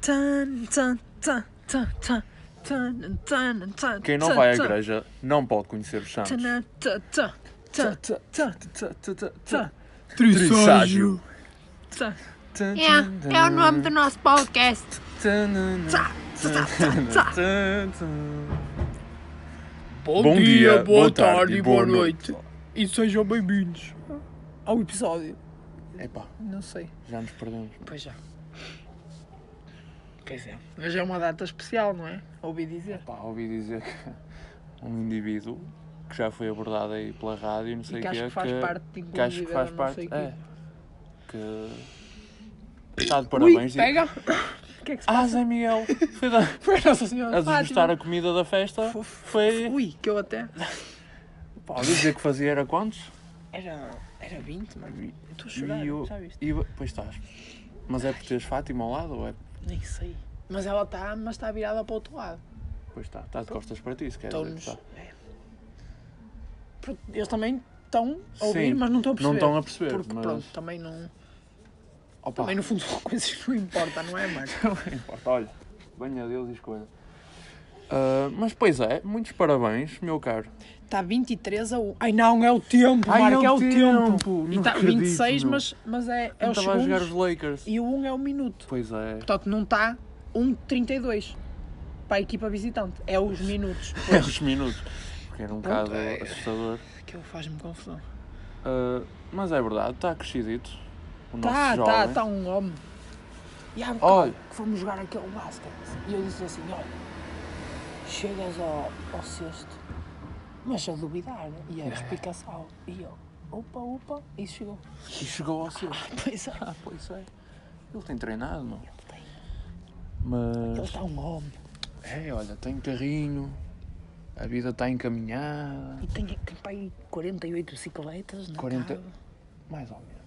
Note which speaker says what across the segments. Speaker 1: Tan, tan, tan, tan, tan, tan, tan, tan,
Speaker 2: Quem não
Speaker 1: tan,
Speaker 2: vai à
Speaker 1: tan,
Speaker 2: igreja não pode conhecer os santos.
Speaker 1: tan, tan, tan, tan, tan,
Speaker 2: Trisságio.
Speaker 1: tan.
Speaker 3: É, é o nome do nosso podcast.
Speaker 4: Bom,
Speaker 2: Bom
Speaker 4: dia,
Speaker 2: dia,
Speaker 4: boa
Speaker 2: boa
Speaker 4: tarde e boa
Speaker 2: boa
Speaker 4: noite. E sejam bem-vindos ao um episódio.
Speaker 2: Epá,
Speaker 4: Não sei,
Speaker 2: já nos perdemos.
Speaker 4: pois já. Pois é. Hoje é uma data especial, não é? Ouvi dizer.
Speaker 2: Pá, ouvi dizer que um indivíduo que já foi abordado aí pela rádio e não sei
Speaker 4: que
Speaker 2: o
Speaker 4: acho
Speaker 2: quê,
Speaker 4: que faz parte,
Speaker 2: que acho que
Speaker 4: inclusive,
Speaker 2: faz
Speaker 4: eu não
Speaker 2: parte,
Speaker 4: sei o quê.
Speaker 2: é, que está de
Speaker 4: Ui,
Speaker 2: parabéns. e-
Speaker 4: pega! O que é que se
Speaker 2: Ah,
Speaker 4: passa?
Speaker 2: Zé Miguel, foi dar
Speaker 4: Foi Nossa Senhora
Speaker 2: a
Speaker 4: de Fátima.
Speaker 2: desgostar a comida da festa, foi...
Speaker 4: Ui, que eu até...
Speaker 2: Pá, ouvi dizer que fazia era quantos?
Speaker 4: Era, era 20, mano.
Speaker 2: E-
Speaker 4: Eu Estou a chorar,
Speaker 2: E um. eu,
Speaker 4: já viste?
Speaker 2: e, eu- pois estás. Mas é por teres Fátima ao lado ou é?
Speaker 4: Nem sei. Mas ela está, mas está virada para o outro lado.
Speaker 2: Pois está,
Speaker 4: Então,
Speaker 2: está de costas para ti, se quer dizer.
Speaker 4: Estão-nos...
Speaker 2: Tá.
Speaker 4: é. Pronto, Eles também estão a ouvir,
Speaker 2: Sim,
Speaker 4: mas não estão a perceber.
Speaker 2: Não estão a perceber,
Speaker 4: Porque
Speaker 2: mas...
Speaker 4: pronto, também não...
Speaker 2: Opa,
Speaker 4: Também no fundo são coisas que não importa, não é, mano?
Speaker 2: não importa, olha, venha Deus e escolha. Ah, mas pois é, muitos parabéns, meu caro.
Speaker 4: Está 23 a 1. Ai não, é o tempo,
Speaker 2: Ai,
Speaker 4: Marco,
Speaker 2: é
Speaker 4: é
Speaker 2: o
Speaker 4: o tempo.
Speaker 2: tempo.
Speaker 4: E
Speaker 2: Não
Speaker 4: está
Speaker 2: acredito,
Speaker 4: 26,
Speaker 2: meu.
Speaker 4: mas, mas é, é
Speaker 2: Eu
Speaker 4: os
Speaker 2: estava a jogar
Speaker 4: segundos
Speaker 2: os Lakers.
Speaker 4: e o 1 é o minuto.
Speaker 2: Pois é.
Speaker 4: Portanto, não tá um está 1,32 para a equipa visitante. É os minutos.
Speaker 2: É os minutos. Porque era um bocado
Speaker 4: é.
Speaker 2: assustador.
Speaker 4: Aquilo faz-me confusão.
Speaker 2: Ah, mas é verdade, está crescidito. O nosso
Speaker 4: Tá,
Speaker 2: jovem.
Speaker 4: tá, tá um homem. E há bocado
Speaker 2: Olha.
Speaker 4: que fomos jogar aquele basquete e eu disse assim, olha, chegas ao, ao sexto, mas a duvidar, né?
Speaker 2: É.
Speaker 4: e a explicação. E eu, opa, opa, e chegou.
Speaker 2: E chegou ao seu.
Speaker 4: Pois é, ele
Speaker 2: Pois é. Ele tem treinado, não?
Speaker 4: tem. Ele
Speaker 2: Mas.
Speaker 4: está um homem
Speaker 2: É, olha, tem carrinho. A vida está encaminhada.
Speaker 4: e tem que pai 48 bicicletas né? na
Speaker 2: 40.
Speaker 4: casa.
Speaker 2: Mais ou menos.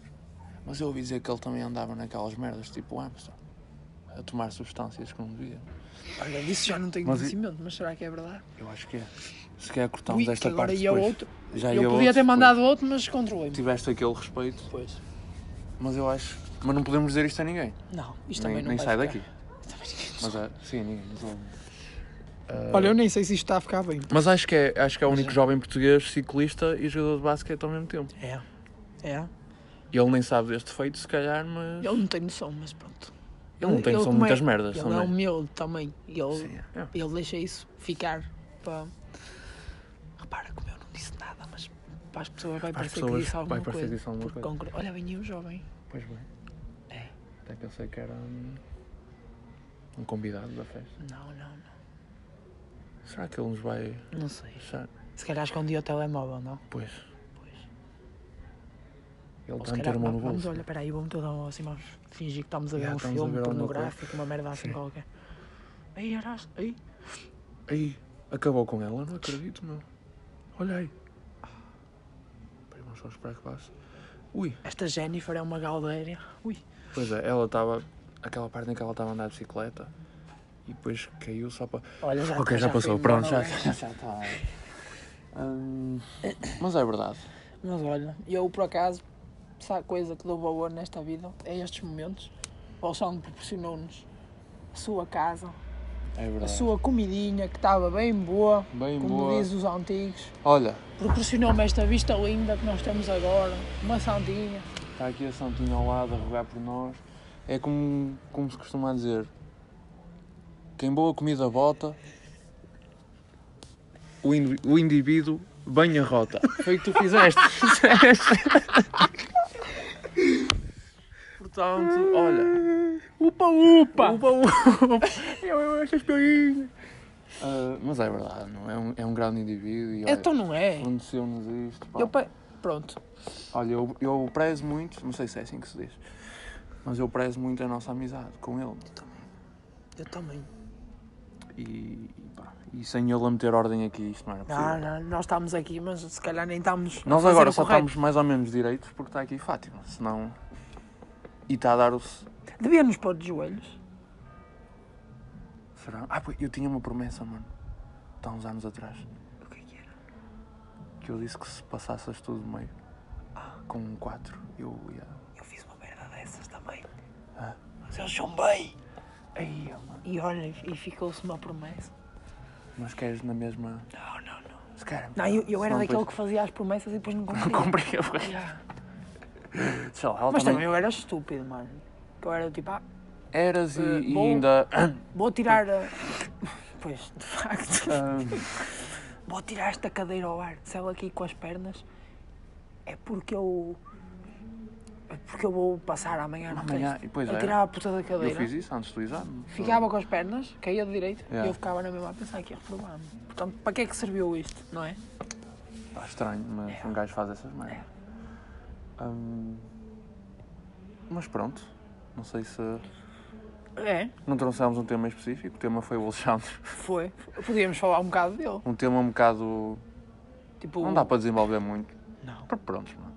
Speaker 2: Mas eu ouvi dizer que ele também andava naquelas merdas tipo Amsterdam. A tomar substâncias que não devia.
Speaker 4: Olha, disso já não tenho
Speaker 2: Mas e-
Speaker 4: conhecimento, mas será que é verdade?
Speaker 2: Eu acho que é. Se calhar cortamos
Speaker 4: Ui, que
Speaker 2: esta
Speaker 4: agora
Speaker 2: parte.
Speaker 4: ia
Speaker 2: depois.
Speaker 4: outro.
Speaker 2: Já
Speaker 4: Eu
Speaker 2: ia
Speaker 4: podia
Speaker 2: outro
Speaker 4: ter
Speaker 2: depois. Tipo,
Speaker 4: mandado outro, mas controlei-me.
Speaker 2: Tiveste aquele respeito,
Speaker 4: Pois.
Speaker 2: mas eu acho. Mas não podemos dizer isto a ninguém.
Speaker 4: Não, isto
Speaker 2: nem
Speaker 4: também não
Speaker 2: nem
Speaker 4: vai
Speaker 2: sai
Speaker 4: ficar.
Speaker 2: daqui.
Speaker 4: Também ninguém-
Speaker 2: Mas é, sim, ninguém. mas eu-
Speaker 4: Olha, eu nem sei se isto está a ficar bem.
Speaker 2: Mas acho que é, acho que é o único jovem português ciclista e jogador de basquete ao mesmo tempo.
Speaker 4: É. É.
Speaker 2: E ele nem sabe deste feito, se calhar, mas.
Speaker 4: Ele não tem noção, mas pronto.
Speaker 2: Ele não tem noção de
Speaker 4: como é-
Speaker 2: muitas merdas
Speaker 4: Ele
Speaker 2: também.
Speaker 4: é humilde também. E Ele,
Speaker 2: Sim, um é.
Speaker 4: ele deixa isso ficar para. Repara como eu não disse nada, mas para as pessoas vai
Speaker 2: Para as
Speaker 4: parecer que
Speaker 2: pessoas
Speaker 4: disse alguma
Speaker 2: vai parecer
Speaker 4: coisa.
Speaker 2: que disse alguma
Speaker 4: porque
Speaker 2: coisa.
Speaker 4: concre- Olha, bem eu jovem.
Speaker 2: Pois bem.
Speaker 4: É.
Speaker 2: Até pensei que era um, um convidado da festa.
Speaker 4: Não, não, não.
Speaker 2: Será que ele nos vai
Speaker 4: Não sei.
Speaker 2: achar?
Speaker 4: Se calhar escondi o telemóvel, não?
Speaker 2: Pois.
Speaker 4: Pois.
Speaker 2: Ele
Speaker 4: Ou
Speaker 2: está
Speaker 4: se
Speaker 2: a meter
Speaker 4: calhar,
Speaker 2: a mão no
Speaker 4: vamos,
Speaker 2: bolso.
Speaker 4: olha, peraí, vou meter o telemóvel assim, vamos fingir que estamos a ver
Speaker 2: Já,
Speaker 4: um
Speaker 2: estamos a
Speaker 4: filme
Speaker 2: ver alguma
Speaker 4: pornográfico, uma merda assim
Speaker 2: Sim.
Speaker 4: qualquer. Ei, Aras, ei.
Speaker 2: Aí, acabou com ela, não acredito, meu. Olha aí. Peraí, vamos só esperar que passe. Ui,
Speaker 4: Esta Jennifer é uma galdeira. Ui.
Speaker 2: pois é, ela estava. Aquela parte em que ela estava a andar de bicicleta e depois caiu só para.
Speaker 4: Olha, já
Speaker 2: Ok, já,
Speaker 4: foi
Speaker 2: passou,
Speaker 4: embora,
Speaker 2: pronto, já
Speaker 4: não é?
Speaker 2: está. Já, está. Hum, mas é verdade.
Speaker 4: Mas olha, eu por acaso, se há coisa que dou valor nesta vida, é estes momentos. O Alexandre proporcionou-nos a sua casa,
Speaker 2: É
Speaker 4: a
Speaker 2: verdade.
Speaker 4: sua comidinha, que estava bem boa,
Speaker 2: Bem
Speaker 4: como
Speaker 2: boa.
Speaker 4: diz os antigos.
Speaker 2: Olha,
Speaker 4: Proporcionou-me esta vista linda que nós temos agora, uma santinha.
Speaker 2: está aqui a Santinha ao lado a rogar por nós. É como, como se costuma dizer: quem boa comida bota, o, indi- o indivíduo bem a rota. Foi o que tu fizeste. Portanto, olha.
Speaker 4: Upa, upa!
Speaker 2: Upa, upa. Eu, eu, estas piadinhas. Ah, mas é verdade, não é? um, é um grande indivíduo. E, olha,
Speaker 4: Então não é?
Speaker 2: Aconteceu-nos isto. pá.
Speaker 4: Eu pe- Pronto,
Speaker 2: Olha, eu, eu prezo muito, não sei se é assim que se diz, mas eu prezo muito a nossa amizade com ele.
Speaker 4: eu também.
Speaker 2: E, e pá, e sem ele a meter ordem aqui, isto não era possível.
Speaker 4: Ah, Não, não, nós estamos aqui, mas se calhar nem estamos. a
Speaker 2: Nós
Speaker 4: fazer
Speaker 2: agora
Speaker 4: o
Speaker 2: só
Speaker 4: correto.
Speaker 2: estamos mais ou menos direitos porque está aqui Fátima, senão. E está a dar o. se-
Speaker 4: Devia-nos pôr de joelhos.
Speaker 2: Será? Ah, pois, eu tinha uma promessa, mano, de há uns anos atrás,
Speaker 4: O que é que era?
Speaker 2: que eu disse que se passasses tudo meio com um 4, eu ia.
Speaker 4: Eu fiz uma merda dessas também.
Speaker 2: Ah.
Speaker 4: Mas eu chumbei. Aí, ó, mano. E olha, e ficou-se uma promessa.
Speaker 2: Mas queres na mesma.
Speaker 4: Não, não, não.
Speaker 2: Se calhar.
Speaker 4: Não, eu, eu era
Speaker 2: senão
Speaker 4: daquele que
Speaker 2: depois-
Speaker 4: fazia as promessas e depois não
Speaker 2: Não
Speaker 4: cumpria.
Speaker 2: cumpria, porque.
Speaker 4: Yeah.
Speaker 2: Sei lá, ela
Speaker 4: Mas também
Speaker 2: também.
Speaker 4: eu era estúpido, mano. Que eu era do tipo, ah,
Speaker 2: Eras e,
Speaker 4: Eh,
Speaker 2: e
Speaker 4: bom.
Speaker 2: ainda.
Speaker 4: vou tirar a... Pois, de facto.
Speaker 2: Ah,
Speaker 4: Vou tirar esta cadeira ao ar, se ela aqui com as pernas, é porque eu. É porque eu vou passar amanhã no
Speaker 2: Amanhã,
Speaker 4: teste.
Speaker 2: e pois
Speaker 4: eu
Speaker 2: é.
Speaker 4: tirava a puta da
Speaker 2: eu
Speaker 4: cadeira,
Speaker 2: fiz isso antes do exame.
Speaker 4: ficava com as pernas, caía de direito,
Speaker 2: Yeah.
Speaker 4: e eu ficava na mesma a pensar que ia reprovar-me. Portanto, para que é que serviu isto, não é?
Speaker 2: Pá, estranho, mas um gajo faz essas merdas.
Speaker 4: É.
Speaker 2: Ahm, mas pronto, não sei se.
Speaker 4: É,
Speaker 2: Não trouxemos um tema específico, o tema foi o Alexandre.
Speaker 4: foi. Podíamos falar um bocado dele.
Speaker 2: Um tema um bocado.
Speaker 4: Tipo,
Speaker 2: Não dá para desenvolver muito.
Speaker 4: Não.
Speaker 2: Mas Pronto, é? mano.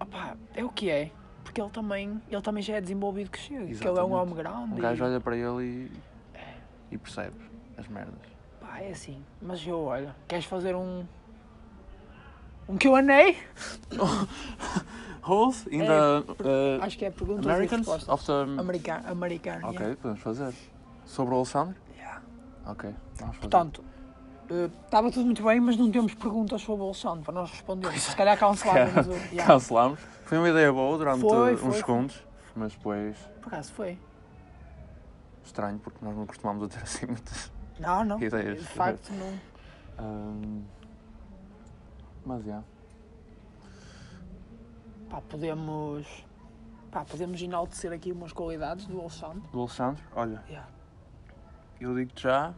Speaker 4: Opá, é o que é. Porque ele também, ele também já é desenvolvido que chega. Que ele é um
Speaker 2: Exatamente.
Speaker 4: homem grande.
Speaker 2: Um
Speaker 4: e- É.
Speaker 2: gajo olha para ele e. e percebe as merdas.
Speaker 4: Pá, é assim. Mas eu, olha, queres fazer um. um QA?
Speaker 2: Holes in the.
Speaker 4: É,
Speaker 2: uh,
Speaker 4: Acho que é perguntas
Speaker 2: Americans?
Speaker 4: e respostas.
Speaker 2: Of the.
Speaker 4: Americano, americano.
Speaker 2: Ok,
Speaker 4: yeah.
Speaker 2: podemos fazer. Sobre o Alexandre?
Speaker 4: Yeah.
Speaker 2: Ok, vamos fazer.
Speaker 4: Portanto, eh, estava tudo muito bem, mas não temos perguntas sobre o Alexandre para nós respondermos.
Speaker 2: é.
Speaker 4: Se calhar cancelávamos o. Yeah.
Speaker 2: Cancelámos. Foi uma ideia boa durante
Speaker 4: Foi,
Speaker 2: uns
Speaker 4: foi.
Speaker 2: segundos, mas depois
Speaker 4: Por acaso foi?
Speaker 2: estranho porque nós não costumamos a ter assim muitas.
Speaker 4: Não, não.
Speaker 2: Ideias.
Speaker 4: De facto, não.
Speaker 2: Ahm, Mas já.
Speaker 4: Pá, podemos. Pá, podemos enaltecer aqui umas qualidades do Alexandre.
Speaker 2: Do Alexandre, olha,
Speaker 4: Yeah.
Speaker 2: eu digo já,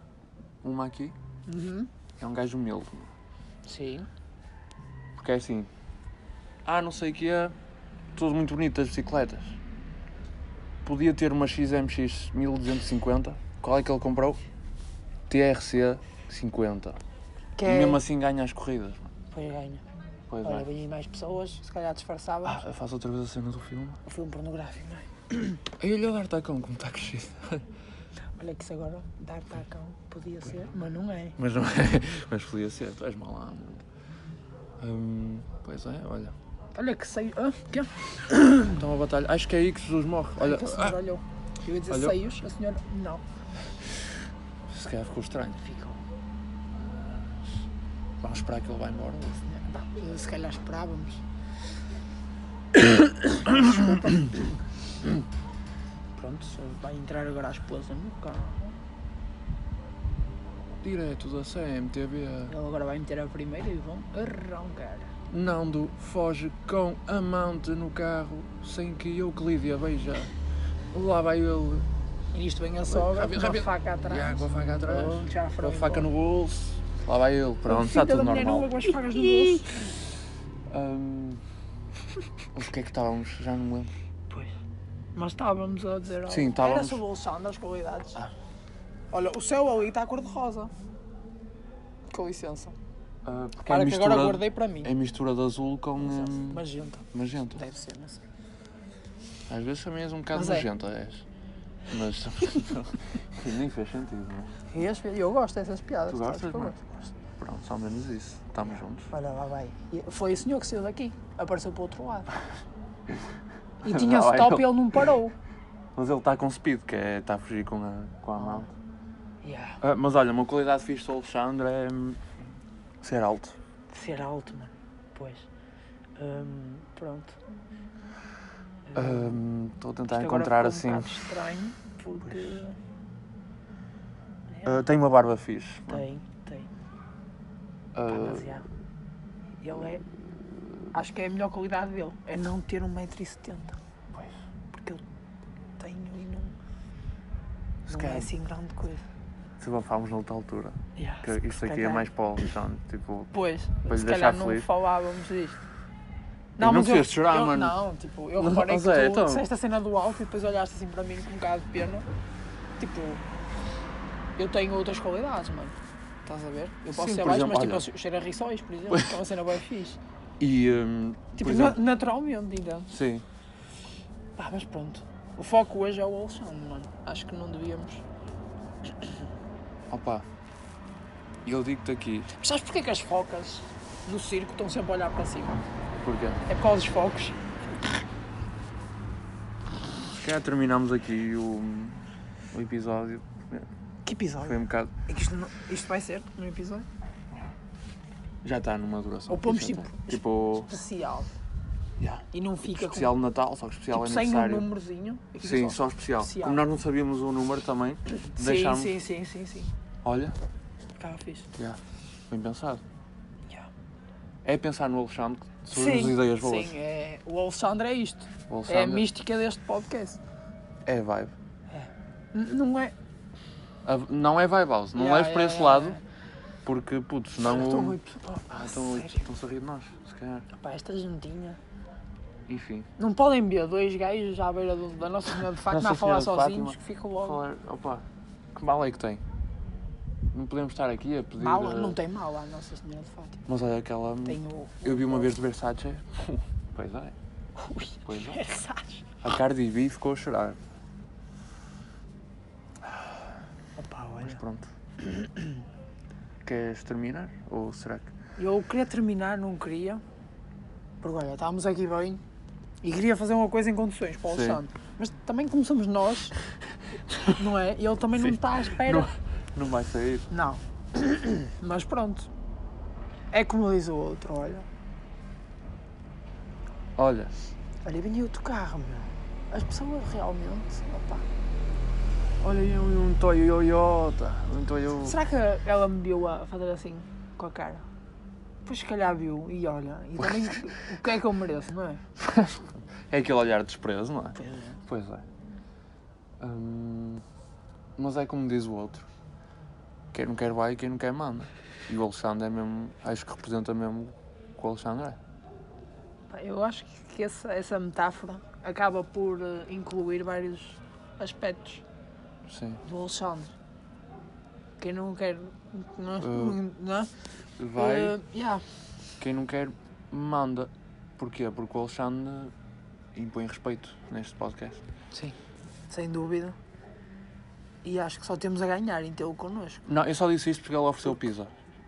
Speaker 2: uma aqui,
Speaker 4: Uhum.
Speaker 2: é um gajo humilde.
Speaker 4: Sim.
Speaker 2: Porque é assim, ah, não sei o que é, tudo muito bonito as bicicletas. Podia ter uma XMX 1250, qual é que ele comprou? TRC 50.
Speaker 4: Que
Speaker 2: E
Speaker 4: é...
Speaker 2: mesmo assim ganha as corridas. mano.
Speaker 4: Pois ganha.
Speaker 2: Pois
Speaker 4: Olha,
Speaker 2: é.
Speaker 4: vêm aí mais pessoas, se calhar disfarçávamos.
Speaker 2: Ah, faz outra vez a cena do filme.
Speaker 4: O filme pornográfico, não é?
Speaker 2: Aí olha o D'Artacão como está um crescido.
Speaker 4: Olha que isso agora, dar tacão, podia ser, mas não é.
Speaker 2: Mas não é. Mas podia ser, tu és malandro. Hum, pois é, olha.
Speaker 4: Olha que seios. Ah, que? Então,
Speaker 2: Então a batalha. Acho que é aí que Jesus morre. Olha,
Speaker 4: Olha, que a
Speaker 2: ah,
Speaker 4: senhora olhou. Eu ia dizer
Speaker 2: Olhou.
Speaker 4: seios, a senhora. Não.
Speaker 2: se calhar ficou estranho.
Speaker 4: Ficou.
Speaker 2: Vamos esperar que ele vá embora.
Speaker 4: Pá, Se calhar esperávamos. Pronto, só vai entrar agora a esposa no carro.
Speaker 2: Direto da CMTV.
Speaker 4: Ele agora vai meter a primeira e vão arrancar.
Speaker 2: Nando foge com amante no carro sem que Euclídea veja. Lá vai ele.
Speaker 4: E isto vem a sogra,
Speaker 2: Rápido,
Speaker 4: com a
Speaker 2: rápido.
Speaker 4: faca
Speaker 2: Já,
Speaker 4: atrás.
Speaker 2: com a faca atrás.
Speaker 4: Oh, já
Speaker 2: com
Speaker 4: foram
Speaker 2: a faca
Speaker 4: embora.
Speaker 2: no bolso. Lá vai ele. Pronto, está
Speaker 4: Filha da
Speaker 2: tudo
Speaker 4: mulher
Speaker 2: normal.
Speaker 4: nua com as facas no bolso.
Speaker 2: Hum, o que é que estávamos? Já não me lembro.
Speaker 4: Pois. Mas estávamos Ah. a dizer.
Speaker 2: Sim,
Speaker 4: algo.
Speaker 2: estávamos.
Speaker 4: Era sobre o Alexandre, as qualidades. Olha, o céu ali está cor-de-rosa. Com licença.
Speaker 2: Ah, porque
Speaker 4: Para
Speaker 2: é
Speaker 4: que
Speaker 2: mistura,
Speaker 4: agora guardei para mim.
Speaker 2: É mistura de azul com hum,
Speaker 4: Magenta.
Speaker 2: magenta.
Speaker 4: Deve ser, não sei.
Speaker 2: Às vezes também és um bocado
Speaker 4: Mas é.
Speaker 2: magenta, és. Mas. nem fez sentido, mas.
Speaker 4: E as- Eu gosto dessas piadas.
Speaker 2: Tu
Speaker 4: sabes
Speaker 2: gostas,
Speaker 4: que eu
Speaker 2: mano?
Speaker 4: gosto.
Speaker 2: Pronto, só menos isso. Estamos juntos.
Speaker 4: Olha lá, vai. E Foi o senhor que saiu daqui. Apareceu para o outro lado. E tinha
Speaker 2: Lá vai
Speaker 4: stop
Speaker 2: ele.
Speaker 4: e ele não parou.
Speaker 2: Mas ele está com speed, que é. Está a fugir com a,
Speaker 4: Ah.
Speaker 2: com a mão.
Speaker 4: Yeah.
Speaker 2: Ah, mas olha, uma qualidade fixe do Alexandre é. hum, ser alto.
Speaker 4: Ser alto, mano. Pois. Hum, pronto.
Speaker 2: Hum, Estou a tentar
Speaker 4: Isto agora
Speaker 2: encontrar assim.
Speaker 4: ficou um bocado estranho porque
Speaker 2: Ah, tem uma barba fixe.
Speaker 4: tem, tem. Pá,
Speaker 2: Ah,
Speaker 4: mas já. Ele é. Acho que é a melhor qualidade dele. É não ter 1,70m.
Speaker 2: Pois.
Speaker 4: Porque eu tenho e não.
Speaker 2: Se
Speaker 4: não
Speaker 2: calhar-
Speaker 4: é assim grande coisa.
Speaker 2: se vamos noutra altura.
Speaker 4: Yeah,
Speaker 2: Que
Speaker 4: se-
Speaker 2: isso
Speaker 4: se
Speaker 2: aqui é
Speaker 4: calhar-
Speaker 2: mais para o Alexandre. Tipo,
Speaker 4: Pois,
Speaker 2: Para lhe
Speaker 4: se
Speaker 2: deixar
Speaker 4: calhar não
Speaker 2: feliz.
Speaker 4: falávamos disto.
Speaker 2: não me
Speaker 4: eu,
Speaker 2: fizeste chorar,
Speaker 4: eu-
Speaker 2: mano.
Speaker 4: Não, tipo, eu
Speaker 2: Não,
Speaker 4: reparei que
Speaker 2: mas é,
Speaker 4: tu
Speaker 2: então.
Speaker 4: disseste a cena do alto e depois olhaste assim para mim com um bocado de pena. Tipo, eu tenho outras qualidades, mano. Estás a ver? Eu posso
Speaker 2: Sim,
Speaker 4: ser
Speaker 2: por
Speaker 4: baixo,
Speaker 2: exemplo,
Speaker 4: mas
Speaker 2: olha.
Speaker 4: tipo, eu cheiro a rissóis, por exemplo, que é uma cena bem fixe.
Speaker 2: E, hum,
Speaker 4: Tipo,
Speaker 2: por
Speaker 4: na-
Speaker 2: exemplo,
Speaker 4: naturalmente, então.
Speaker 2: sim.
Speaker 4: Pá, mas pronto. O foco hoje é o Alexandre, mano. Acho que não devíamos.
Speaker 2: Opa, eu digo-te aqui,
Speaker 4: Mas sabes porquê que as focas no circo estão sempre a olhar para cima?
Speaker 2: porque
Speaker 4: É por causa dos focos.
Speaker 2: calhar terminamos aqui o, o episódio.
Speaker 4: Que episódio?
Speaker 2: Foi um bocado.
Speaker 4: É que isto, não- isto vai ser um episódio
Speaker 2: Já está numa duração.
Speaker 4: Ou pomos
Speaker 2: Já está.
Speaker 4: tipo-
Speaker 2: Tipo.
Speaker 4: especial.
Speaker 2: yeah,
Speaker 4: E não fica com,
Speaker 2: Especial de Natal, só que especial
Speaker 4: tipo,
Speaker 2: é
Speaker 4: sem um
Speaker 2: necessário.
Speaker 4: númerozinho. E fica
Speaker 2: Sim, só especial.
Speaker 4: especial.
Speaker 2: Como nós não sabíamos o número também,
Speaker 4: Sim,
Speaker 2: deixámos.
Speaker 4: sim, sim, sim, sim.
Speaker 2: Olha,
Speaker 4: Estava fixe.
Speaker 2: yeah, bem pensado.
Speaker 4: Yeah.
Speaker 2: É pensar no Alexandre, que surgem ideias boas.
Speaker 4: Sim, é, o Alexandre é isto.
Speaker 2: O
Speaker 4: É a
Speaker 2: Alexandre
Speaker 4: mística deste podcast.
Speaker 2: é vibe.
Speaker 4: N- não é.
Speaker 2: A- Não é vibe house, não
Speaker 4: Yeah,
Speaker 2: leves para
Speaker 4: yeah,
Speaker 2: esse
Speaker 4: yeah,
Speaker 2: lado, porque, putz, senão.
Speaker 4: Estão
Speaker 2: o-
Speaker 4: muito.
Speaker 2: Ah,
Speaker 4: Ah,
Speaker 2: estão
Speaker 4: sério.
Speaker 2: estão a rir de nós, se calhar.
Speaker 4: Pá, esta jantinha.
Speaker 2: Enfim,
Speaker 4: Não podem ver dois gajos à beira do- da Nossa Senhora de Fátima a
Speaker 2: Nossa
Speaker 4: falar
Speaker 2: Senhora de
Speaker 4: sozinhos
Speaker 2: Fátima.
Speaker 4: que ficam logo.
Speaker 2: falar. Opa, que mal é que tem? Não podemos estar aqui a pedir.
Speaker 4: Mala?
Speaker 2: eh,
Speaker 4: Não tem mala a Nossa Senhora de Fátima.
Speaker 2: Mas olha aquela.
Speaker 4: Tem o.
Speaker 2: Eu vi uma vez de Versace. pois é.
Speaker 4: Ui,
Speaker 2: Pois é.
Speaker 4: Versace.
Speaker 2: A Cardi B ficou a chorar.
Speaker 4: Opa,
Speaker 2: Mas
Speaker 4: olha.
Speaker 2: pronto. Queres terminar? Ou será que.
Speaker 4: Eu queria terminar, não queria. Porque olha, estávamos aqui bem. E queria fazer uma coisa em condições para o
Speaker 2: Sim.
Speaker 4: Alexandre. Mas também como somos nós, não é? E ele também não
Speaker 2: Sim.
Speaker 4: está à espera.
Speaker 2: Não, não vai sair.
Speaker 4: Não. Mas pronto. É como diz o outro, olha.
Speaker 2: Olha,
Speaker 4: Olha, vinha outro carro, meu. As pessoas realmente. Opa. Olha, eu e um Toyota.
Speaker 2: um Toyota.
Speaker 4: Será que ela me viu a fazer assim com a cara? Pois se calhar viu e olha. E também o que é que eu mereço, não é?
Speaker 2: É aquele olhar de desprezo, não é?
Speaker 4: Pois é.
Speaker 2: Pois é. Hum, mas é como diz o outro. Quem não quer vai e quem não quer manda. E o Alexandre é mesmo. Acho que representa mesmo o que o Alexandre é.
Speaker 4: Pá, Eu acho que essa, essa metáfora acaba por eh, incluir vários aspectos
Speaker 2: Sim.
Speaker 4: do Alexandre. Quem não quer. Não,
Speaker 2: Eh,
Speaker 4: não é?
Speaker 2: Vai,
Speaker 4: Eh, yeah.
Speaker 2: quem não quer, manda. Porquê? Porque o Alexandre impõe respeito neste podcast.
Speaker 4: Sem dúvida. E acho que só temos a ganhar em tê-lo connosco.
Speaker 2: Não, eu só disse isto porque ele ofereceu pizza.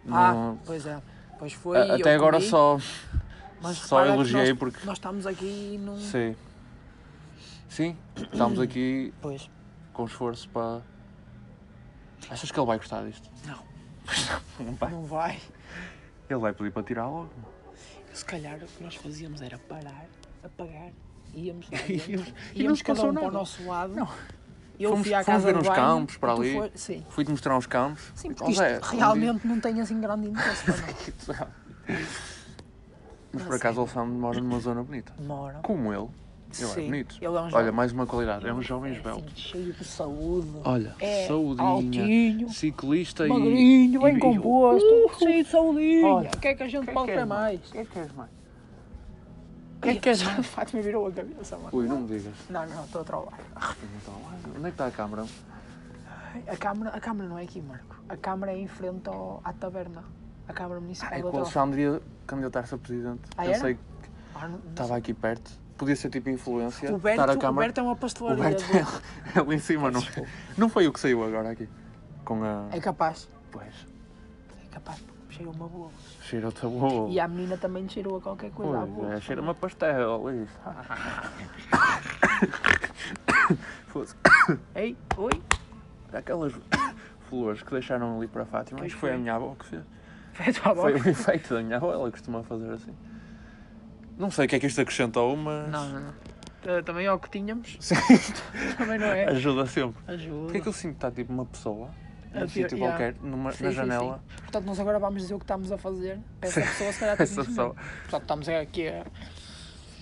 Speaker 4: Ah,
Speaker 2: Não-
Speaker 4: pois é. Pois foi.
Speaker 2: a-
Speaker 4: eu
Speaker 2: até agora
Speaker 4: comi,
Speaker 2: só,
Speaker 4: mas
Speaker 2: só
Speaker 4: repara que
Speaker 2: elogiei
Speaker 4: nós,
Speaker 2: porque.
Speaker 4: Nós estamos aqui e não.
Speaker 2: Sim. Sim, estamos aqui
Speaker 4: Pois.
Speaker 2: com esforço para. Achas que ele vai gostar disto?
Speaker 4: Não.
Speaker 2: Não vai.
Speaker 4: Não vai.
Speaker 2: Ele vai pedir para tirar logo.
Speaker 4: Se calhar o que nós fazíamos era parar, apagar, íamos lá
Speaker 2: E
Speaker 4: dentro,
Speaker 2: não- e não
Speaker 4: íamos
Speaker 2: se
Speaker 4: cada
Speaker 2: passou
Speaker 4: um para o
Speaker 2: nada.
Speaker 4: nosso lado.
Speaker 2: Não.
Speaker 4: Eu
Speaker 2: Fomos-
Speaker 4: fui à
Speaker 2: fomos
Speaker 4: casa
Speaker 2: ver
Speaker 4: do
Speaker 2: uns
Speaker 4: banho,
Speaker 2: campos para
Speaker 4: e tu
Speaker 2: ali.
Speaker 4: foi- Sim.
Speaker 2: Fui-te mostrar uns campos.
Speaker 4: Sim,
Speaker 2: Ó
Speaker 4: porque isto
Speaker 2: Zé, um dia-
Speaker 4: realmente não tem assim grande interesse para nós. Não
Speaker 2: Mas por
Speaker 4: sei.
Speaker 2: acaso o Alexandre mora numa zona bonita.
Speaker 4: Demora.
Speaker 2: Como ele, ele é
Speaker 4: Sim,
Speaker 2: bonito.
Speaker 4: Ele é um
Speaker 2: Olha,
Speaker 4: jovem.
Speaker 2: mais uma qualidade. É um jovem
Speaker 4: é assim,
Speaker 2: esbelto.
Speaker 4: cheio de saúde.
Speaker 2: Olha,
Speaker 4: É
Speaker 2: saudinha,
Speaker 4: altinho,
Speaker 2: ciclista e.
Speaker 4: Magrinho, bem
Speaker 2: e- Uh!
Speaker 4: composto, cheio de saudinha.
Speaker 2: Olha,
Speaker 4: o que é que a gente
Speaker 2: que
Speaker 4: pode
Speaker 2: queres
Speaker 4: ter mais?
Speaker 2: O que é que queres mais?
Speaker 4: O que é que queres mais? De facto, me virou a cabeça, mano.
Speaker 2: Ui, não me digas.
Speaker 4: Não, não, estou a trollar.
Speaker 2: Então, onde é que está a câmara?
Speaker 4: Ai, A câmara, a câmara não é aqui, Marco. A câmara é em frente ao, à taberna. A câmara municipal
Speaker 2: É que
Speaker 4: da
Speaker 2: o
Speaker 4: taberna.
Speaker 2: Alexandre ia candidatar-se a presidente.
Speaker 4: Ah,
Speaker 2: Eu
Speaker 4: era?
Speaker 2: sei que
Speaker 4: Ah, não- não sei.
Speaker 2: estava aqui perto. Podia ser tipo influência.
Speaker 4: O
Speaker 2: estar a
Speaker 4: Berto, o
Speaker 2: câmara.
Speaker 4: Berto é uma
Speaker 2: O
Speaker 4: pastelaria.
Speaker 2: Berto
Speaker 4: do-
Speaker 2: é ali em cima, não, não foi o que saiu agora aqui. Com a.
Speaker 4: É capaz.
Speaker 2: Pois,
Speaker 4: É capaz. Cheirou uma boa.
Speaker 2: cheira-te a boa.
Speaker 4: E a menina também lhe cheirou a qualquer coisa. à
Speaker 2: Pois
Speaker 4: boa.
Speaker 2: é, cheira-me a pastel, isso. Foda-se.
Speaker 4: Ei, oi.
Speaker 2: Aquelas flores que deixaram ali para a Fátima,
Speaker 4: Pois
Speaker 2: acho que foi a
Speaker 4: foi.
Speaker 2: minha avó que fez.
Speaker 4: Foi a tua
Speaker 2: Foi
Speaker 4: boca.
Speaker 2: o efeito da minha avó, ela costuma fazer assim. Não sei o que é que isto acrescentou, mas
Speaker 4: Não, não, não. T- Também é o que tínhamos.
Speaker 2: Sim.
Speaker 4: também não é.
Speaker 2: ajuda sempre.
Speaker 4: Ajuda.
Speaker 2: Porquê é que eu sinto que está tipo uma pessoa,
Speaker 4: A
Speaker 2: num
Speaker 4: ver,
Speaker 2: sítio
Speaker 4: É yeah.
Speaker 2: qualquer, numa,
Speaker 4: Sim,
Speaker 2: na
Speaker 4: sim,
Speaker 2: janela,
Speaker 4: sim. Portanto, nós agora vamos dizer o que estamos a fazer. para Essa pessoa, se calhar, tem
Speaker 2: essa
Speaker 4: que dizer.
Speaker 2: pessoa.
Speaker 4: Portanto, estamos aqui a.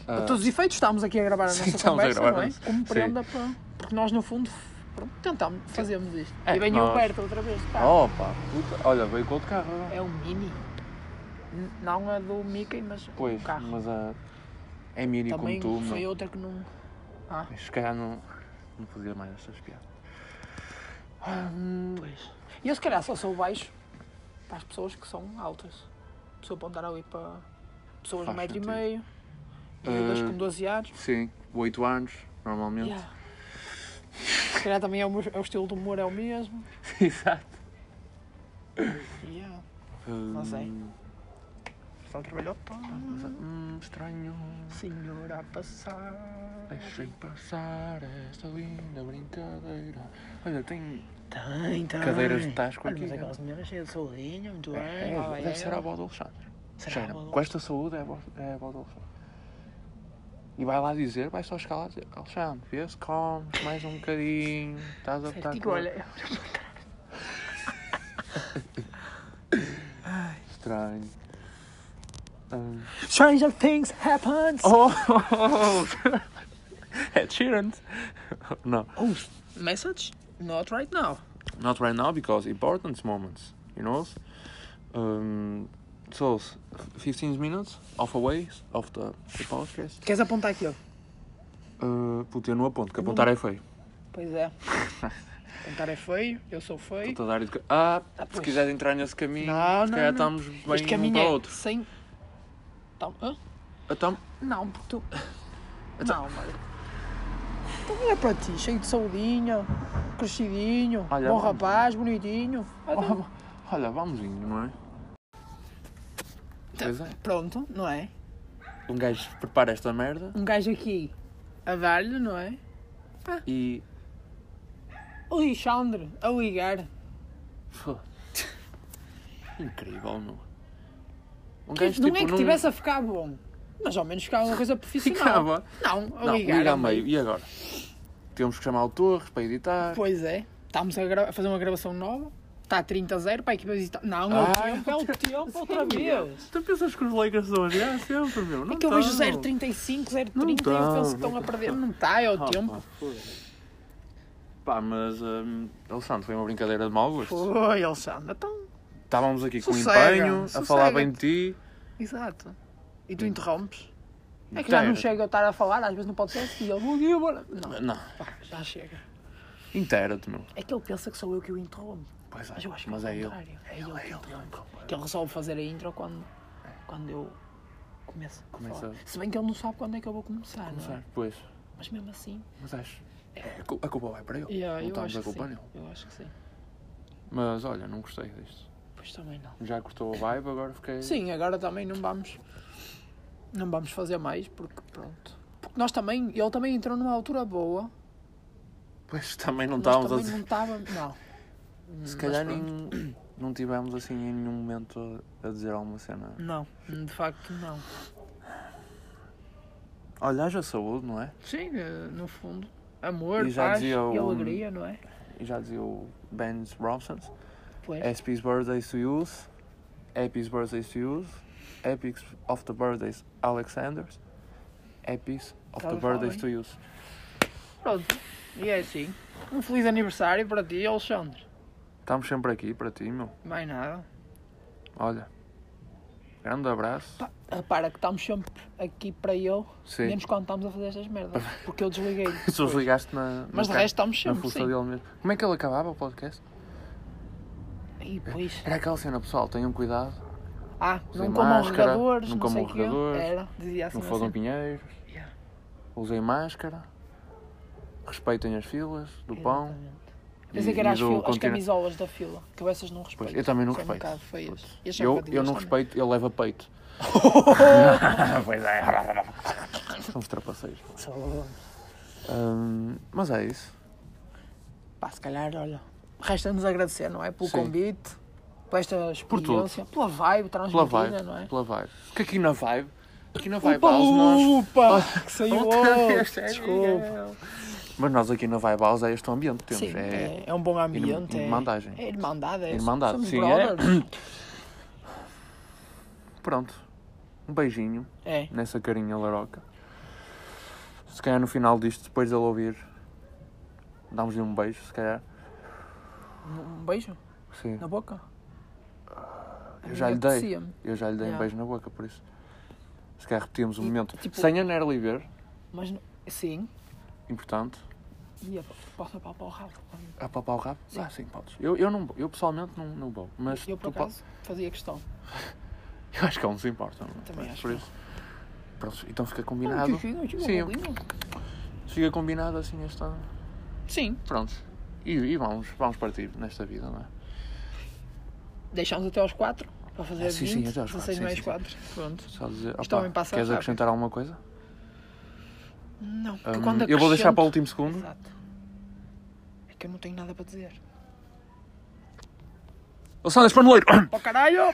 Speaker 2: ah,
Speaker 4: A todos os efeitos, estávamos aqui a gravar a
Speaker 2: Sim,
Speaker 4: nossa
Speaker 2: estamos a
Speaker 4: conversa,
Speaker 2: gravar
Speaker 4: não é?
Speaker 2: isso.
Speaker 4: Como
Speaker 2: Sim.
Speaker 4: prenda para... Porque nós, no fundo, pronto, tentámos, fazemos isto.
Speaker 2: É,
Speaker 4: e vem
Speaker 2: nós-
Speaker 4: o Berto outra vez, pá.
Speaker 2: Ah. Opa, puta. olha, veio com outro carro agora.
Speaker 4: É um mini. N- Não a do Mickey, mas
Speaker 2: Pois,
Speaker 4: o carro.
Speaker 2: mas a. É mini
Speaker 4: Também
Speaker 2: como tu,
Speaker 4: foi
Speaker 2: meu.
Speaker 4: outra que não...
Speaker 2: Mas Se calhar não, não fazia mais estas piadas.
Speaker 4: Pois. E eu, se calhar, só sou baixo para as pessoas que são altas. Pessoa para andar ali para pessoas de
Speaker 2: Faz
Speaker 4: metro
Speaker 2: sentido.
Speaker 4: e meio, miúdas
Speaker 2: Ah,
Speaker 4: com 12 anos.
Speaker 2: Sim, 8 anos, normalmente.
Speaker 4: Yeah. Se calhar também é o, meu, é o estilo de humor, é o mesmo.
Speaker 2: Exato.
Speaker 4: Yeah.
Speaker 2: Não
Speaker 4: sei. Ela trabalhou todo.
Speaker 2: Hum, estranho.
Speaker 4: Senhora a passar.
Speaker 2: Deixem passar esta linda brincadeira. Olha, tem
Speaker 4: Tem, tem.
Speaker 2: cadeiras de tasco
Speaker 4: Olha,
Speaker 2: aqui.
Speaker 4: mas
Speaker 2: cara.
Speaker 4: aquela senhora cheia de saudinha, muito bem.
Speaker 2: É,
Speaker 4: lá vai
Speaker 2: deve ser a
Speaker 4: ela.
Speaker 2: avó do Alexandre.
Speaker 4: Será
Speaker 2: Cheira-me.
Speaker 4: a avó do
Speaker 2: Com esta saúde é a avó é a avó do Alexandre. E vai lá dizer, vai só chegar lá e dizer, Alexandre, vê se comes mais um bocadinho. Estás a
Speaker 4: Certo,
Speaker 2: botar
Speaker 4: digo,
Speaker 2: com-
Speaker 4: Tipo, olha,
Speaker 2: Estranho. Hum.
Speaker 4: Stranger things happen.
Speaker 2: Oh! Ed Sheeran. No,
Speaker 4: Oh, message? Not right now.
Speaker 2: not right now because important moments, you know. Um, so, 15 minutes of away of the, the podcast.
Speaker 4: Queres apontar aqui, ó?
Speaker 2: Uh, puto, eu não aponto, que apontar é feio.
Speaker 4: Pois é. Apontar é feio, eu sou feio.
Speaker 2: Estou a dar educa- Ah,
Speaker 4: Ah,
Speaker 2: se
Speaker 4: pois.
Speaker 2: quiseres entrar nesse caminho,
Speaker 4: Não,
Speaker 2: se
Speaker 4: não,
Speaker 2: calhar
Speaker 4: não.
Speaker 2: estamos bem
Speaker 4: este
Speaker 2: um
Speaker 4: caminho
Speaker 2: para o
Speaker 4: é
Speaker 2: outro.
Speaker 4: sem... Tá- hã?
Speaker 2: Então,
Speaker 4: Não, porque tu... Não, mano. Então é para ti, cheio de saudinha, crescidinho,
Speaker 2: Olha,
Speaker 4: bom
Speaker 2: vamos.
Speaker 4: rapaz, bonitinho. Então,
Speaker 2: olha, vamos indo, não é?
Speaker 4: Tá.
Speaker 2: Pois é.
Speaker 4: Pronto, não é?
Speaker 2: Um gajo prepara esta merda
Speaker 4: Um gajo aqui a dar-lhe, não é?
Speaker 2: e.
Speaker 4: O Alexandre a ligar.
Speaker 2: Fô. Incrível, meu. Um
Speaker 4: Que- não é que
Speaker 2: num-
Speaker 4: tivesse a ficar bom, mas ao menos ficava uma coisa profissional.
Speaker 2: Ficava.
Speaker 4: Não, a
Speaker 2: Não, um
Speaker 4: ligar. é
Speaker 2: liga
Speaker 4: ao
Speaker 2: a meio. E agora? Temos que chamar o Torres para editar.
Speaker 4: Pois é. Estamos a, gra- a fazer uma gravação nova. Está 30 a 0 para a equipa visitar. Não, é o
Speaker 2: Ah,
Speaker 4: tempo, é o tempo, outra vez.
Speaker 2: Tu pensas que os Lakers estão a virar sempre, meu? Não
Speaker 4: É que eu vejo
Speaker 2: estão.
Speaker 4: 0,35, 0,30
Speaker 2: Então. Não
Speaker 4: e eu penso
Speaker 2: tão,
Speaker 4: que
Speaker 2: não
Speaker 4: estão a
Speaker 2: tão.
Speaker 4: perder. Não está, é o
Speaker 2: Ah,
Speaker 4: tempo.
Speaker 2: pá, foda-se. Pá, mas. hum, Alessandro, foi uma brincadeira de mau gosto.
Speaker 4: Oi, Alexandre, então.
Speaker 2: Estávamos aqui com um
Speaker 4: Sossega,
Speaker 2: empenho, a falar bem de ti.
Speaker 4: Exato. E
Speaker 2: Hum.
Speaker 4: tu interrompes. É que
Speaker 2: Tá,
Speaker 4: já não chega a estar a falar, às vezes não pode ser assim. Ele, bom dia, bora. Não,
Speaker 2: Não,
Speaker 4: pá, já chega.
Speaker 2: inteira-te, meu.
Speaker 4: É que ele pensa que sou eu que o interrompo.
Speaker 2: Pois é,
Speaker 4: Mas eu acho que
Speaker 2: mas
Speaker 4: é, o
Speaker 2: é ele.
Speaker 4: contrário. É ele, que interrompe. Que ele resolve fazer a intro quando, quando eu começo. a
Speaker 2: Começa.
Speaker 4: falar. Se bem que ele não sabe quando é que eu vou começar, não é?
Speaker 2: Sabe? Pois,
Speaker 4: Mas mesmo assim.
Speaker 2: mas acho. é, A cul- a culpa vai para ele.
Speaker 4: Yeah,
Speaker 2: não
Speaker 4: eu,
Speaker 2: estamos
Speaker 4: acho
Speaker 2: a
Speaker 4: que sim.
Speaker 2: culpa nele.
Speaker 4: eu acho que sim.
Speaker 2: Mas olha, não gostei disto.
Speaker 4: Pois também não.
Speaker 2: Já cortou a vibe, agora fiquei.
Speaker 4: Sim, agora também não vamos. Não vamos fazer mais porque pronto. Porque nós também. Ele também entrou numa altura boa.
Speaker 2: Pois também não
Speaker 4: Nós
Speaker 2: estávamos a
Speaker 4: também
Speaker 2: dizer.
Speaker 4: Não estava. Não.
Speaker 2: Se calhar nem, não tivemos assim em nenhum momento a, a dizer alguma cena.
Speaker 4: Não, de facto não.
Speaker 2: Olha, haja saúde, não é?
Speaker 4: Sim, eh, no fundo. Amor,
Speaker 2: E já
Speaker 4: paz
Speaker 2: dizia um
Speaker 4: e
Speaker 2: o-
Speaker 4: alegria, não é?
Speaker 2: E já dizia o Ben Robson.
Speaker 4: Pois.
Speaker 2: Happy birthdays to you. Happy birthdays to you. Happy of the birthdays, Alexanders. Happy of the
Speaker 4: Estava
Speaker 2: birthdays
Speaker 4: bem.
Speaker 2: to you.
Speaker 4: Pronto, e é assim. Um feliz aniversário para ti, Alexandre.
Speaker 2: Estamos sempre aqui para ti, meu.
Speaker 4: Mais nada.
Speaker 2: Olha. Grande abraço.
Speaker 4: Pá, repara Ah, que estamos sempre aqui para eu,
Speaker 2: Sim.
Speaker 4: menos quando estamos a fazer estas merdas. Porque eu desliguei.
Speaker 2: Se ligaste na.
Speaker 4: Mas de
Speaker 2: na,
Speaker 4: resto estamos
Speaker 2: na
Speaker 4: sempre.
Speaker 2: força
Speaker 4: Sim.
Speaker 2: dele mesmo. Como é que ele acabava o podcast?
Speaker 4: E pois.
Speaker 2: Era aquela cena, pessoal, tenham cuidado.
Speaker 4: Ah, não
Speaker 2: Usem
Speaker 4: comam
Speaker 2: máscara,
Speaker 4: regadores,
Speaker 2: não um
Speaker 4: não,
Speaker 2: comam
Speaker 4: sei o quê.
Speaker 2: regadores,
Speaker 4: Era, dizia assim.
Speaker 2: Não fodam
Speaker 4: assim.
Speaker 2: pinheiros.
Speaker 4: Yeah.
Speaker 2: Usem máscara. Respeitem as filas do pão.
Speaker 4: Exatamente.
Speaker 2: e-
Speaker 4: Pensei que
Speaker 2: e
Speaker 4: eram as,
Speaker 2: do
Speaker 4: fila- as
Speaker 2: continente.
Speaker 4: camisolas da fila, que eu essas não respeito.
Speaker 2: Pois, eu também não
Speaker 4: São
Speaker 2: respeito.
Speaker 4: Um bocado feias. E as
Speaker 2: Eu, eu
Speaker 4: sapatilhas
Speaker 2: não
Speaker 4: também.
Speaker 2: respeito, ele leva peito. pois é. Somos trapaceiros. Hum, mas é isso.
Speaker 4: Pá, se calhar, olha. Resta-nos agradecer, não é? Pelo
Speaker 2: Sim.
Speaker 4: convite, pela esta
Speaker 2: tudo.
Speaker 4: experiência, pela vibe
Speaker 2: Pela
Speaker 4: transmitida,
Speaker 2: vibe.
Speaker 4: não é?
Speaker 2: Pela vibe. Que aqui na vibe. Aqui na vibe
Speaker 4: Upa,
Speaker 2: house nós.
Speaker 4: upa, que saiu
Speaker 2: Outra
Speaker 4: outro,
Speaker 2: vez, é
Speaker 4: desculpa.
Speaker 2: Mas nós aqui na vibe house é este o ambiente que temos.
Speaker 4: Sim,
Speaker 2: é,
Speaker 4: é, é um bom ambiente.
Speaker 2: irm-
Speaker 4: é-
Speaker 2: irmandagem.
Speaker 4: É irmandade, é isso.
Speaker 2: Irmandade,
Speaker 4: Somos
Speaker 2: sim, é.
Speaker 4: brothers.
Speaker 2: Pronto. Um beijinho
Speaker 4: É.
Speaker 2: nessa carinha laroca. Se calhar no final disto, depois dele ouvir, damos-lhe um beijo, se calhar.
Speaker 4: Um beijo
Speaker 2: Sim.
Speaker 4: na boca.
Speaker 2: Eu já lhe dei.
Speaker 4: Apetecia-me.
Speaker 2: Eu já lhe dei um
Speaker 4: Yeah.
Speaker 2: beijo na boca, por isso. Se calhar repetimos o momento.
Speaker 4: tipo-
Speaker 2: Sem a Nerly ver,
Speaker 4: Mas, não- sim.
Speaker 2: importante.
Speaker 4: E eu posso papar o rabo.
Speaker 2: A papar o rabo? Ah, sim, podes. Eu, eu, não, eu pessoalmente não, não vou, mas
Speaker 4: Eu, por
Speaker 2: tu podes.
Speaker 4: acaso, fazia questão.
Speaker 2: Eu acho que ele não se importa. Não? é?
Speaker 4: Também
Speaker 2: Mas
Speaker 4: acho
Speaker 2: Por
Speaker 4: que
Speaker 2: isso. Pronto, então fica
Speaker 4: Um
Speaker 2: combinado.
Speaker 4: tiozinho, um tio, um
Speaker 2: Sim.
Speaker 4: bolinho.
Speaker 2: Fica combinado assim esta.
Speaker 4: Sim.
Speaker 2: Pronto. E, e vamos, vamos partir nesta vida, não é?
Speaker 4: Deixamos até aos quatro. Para fazer
Speaker 2: Ah, sim, sim,
Speaker 4: 20,
Speaker 2: até aos quatro,
Speaker 4: 16
Speaker 2: sim,
Speaker 4: mais
Speaker 2: sim, sim.
Speaker 4: 4. Pronto.
Speaker 2: Só dizer,
Speaker 4: Isto também
Speaker 2: opa,
Speaker 4: passa
Speaker 2: queres
Speaker 4: rápido.
Speaker 2: acrescentar alguma coisa?
Speaker 4: Não, porque
Speaker 2: Hum,
Speaker 4: quando
Speaker 2: eu vou deixar
Speaker 4: acrescento-
Speaker 2: para o último segundo.
Speaker 4: Exato. É que eu não tenho nada para dizer.
Speaker 2: Alessandra, espanoleiro!
Speaker 4: Para o caralho!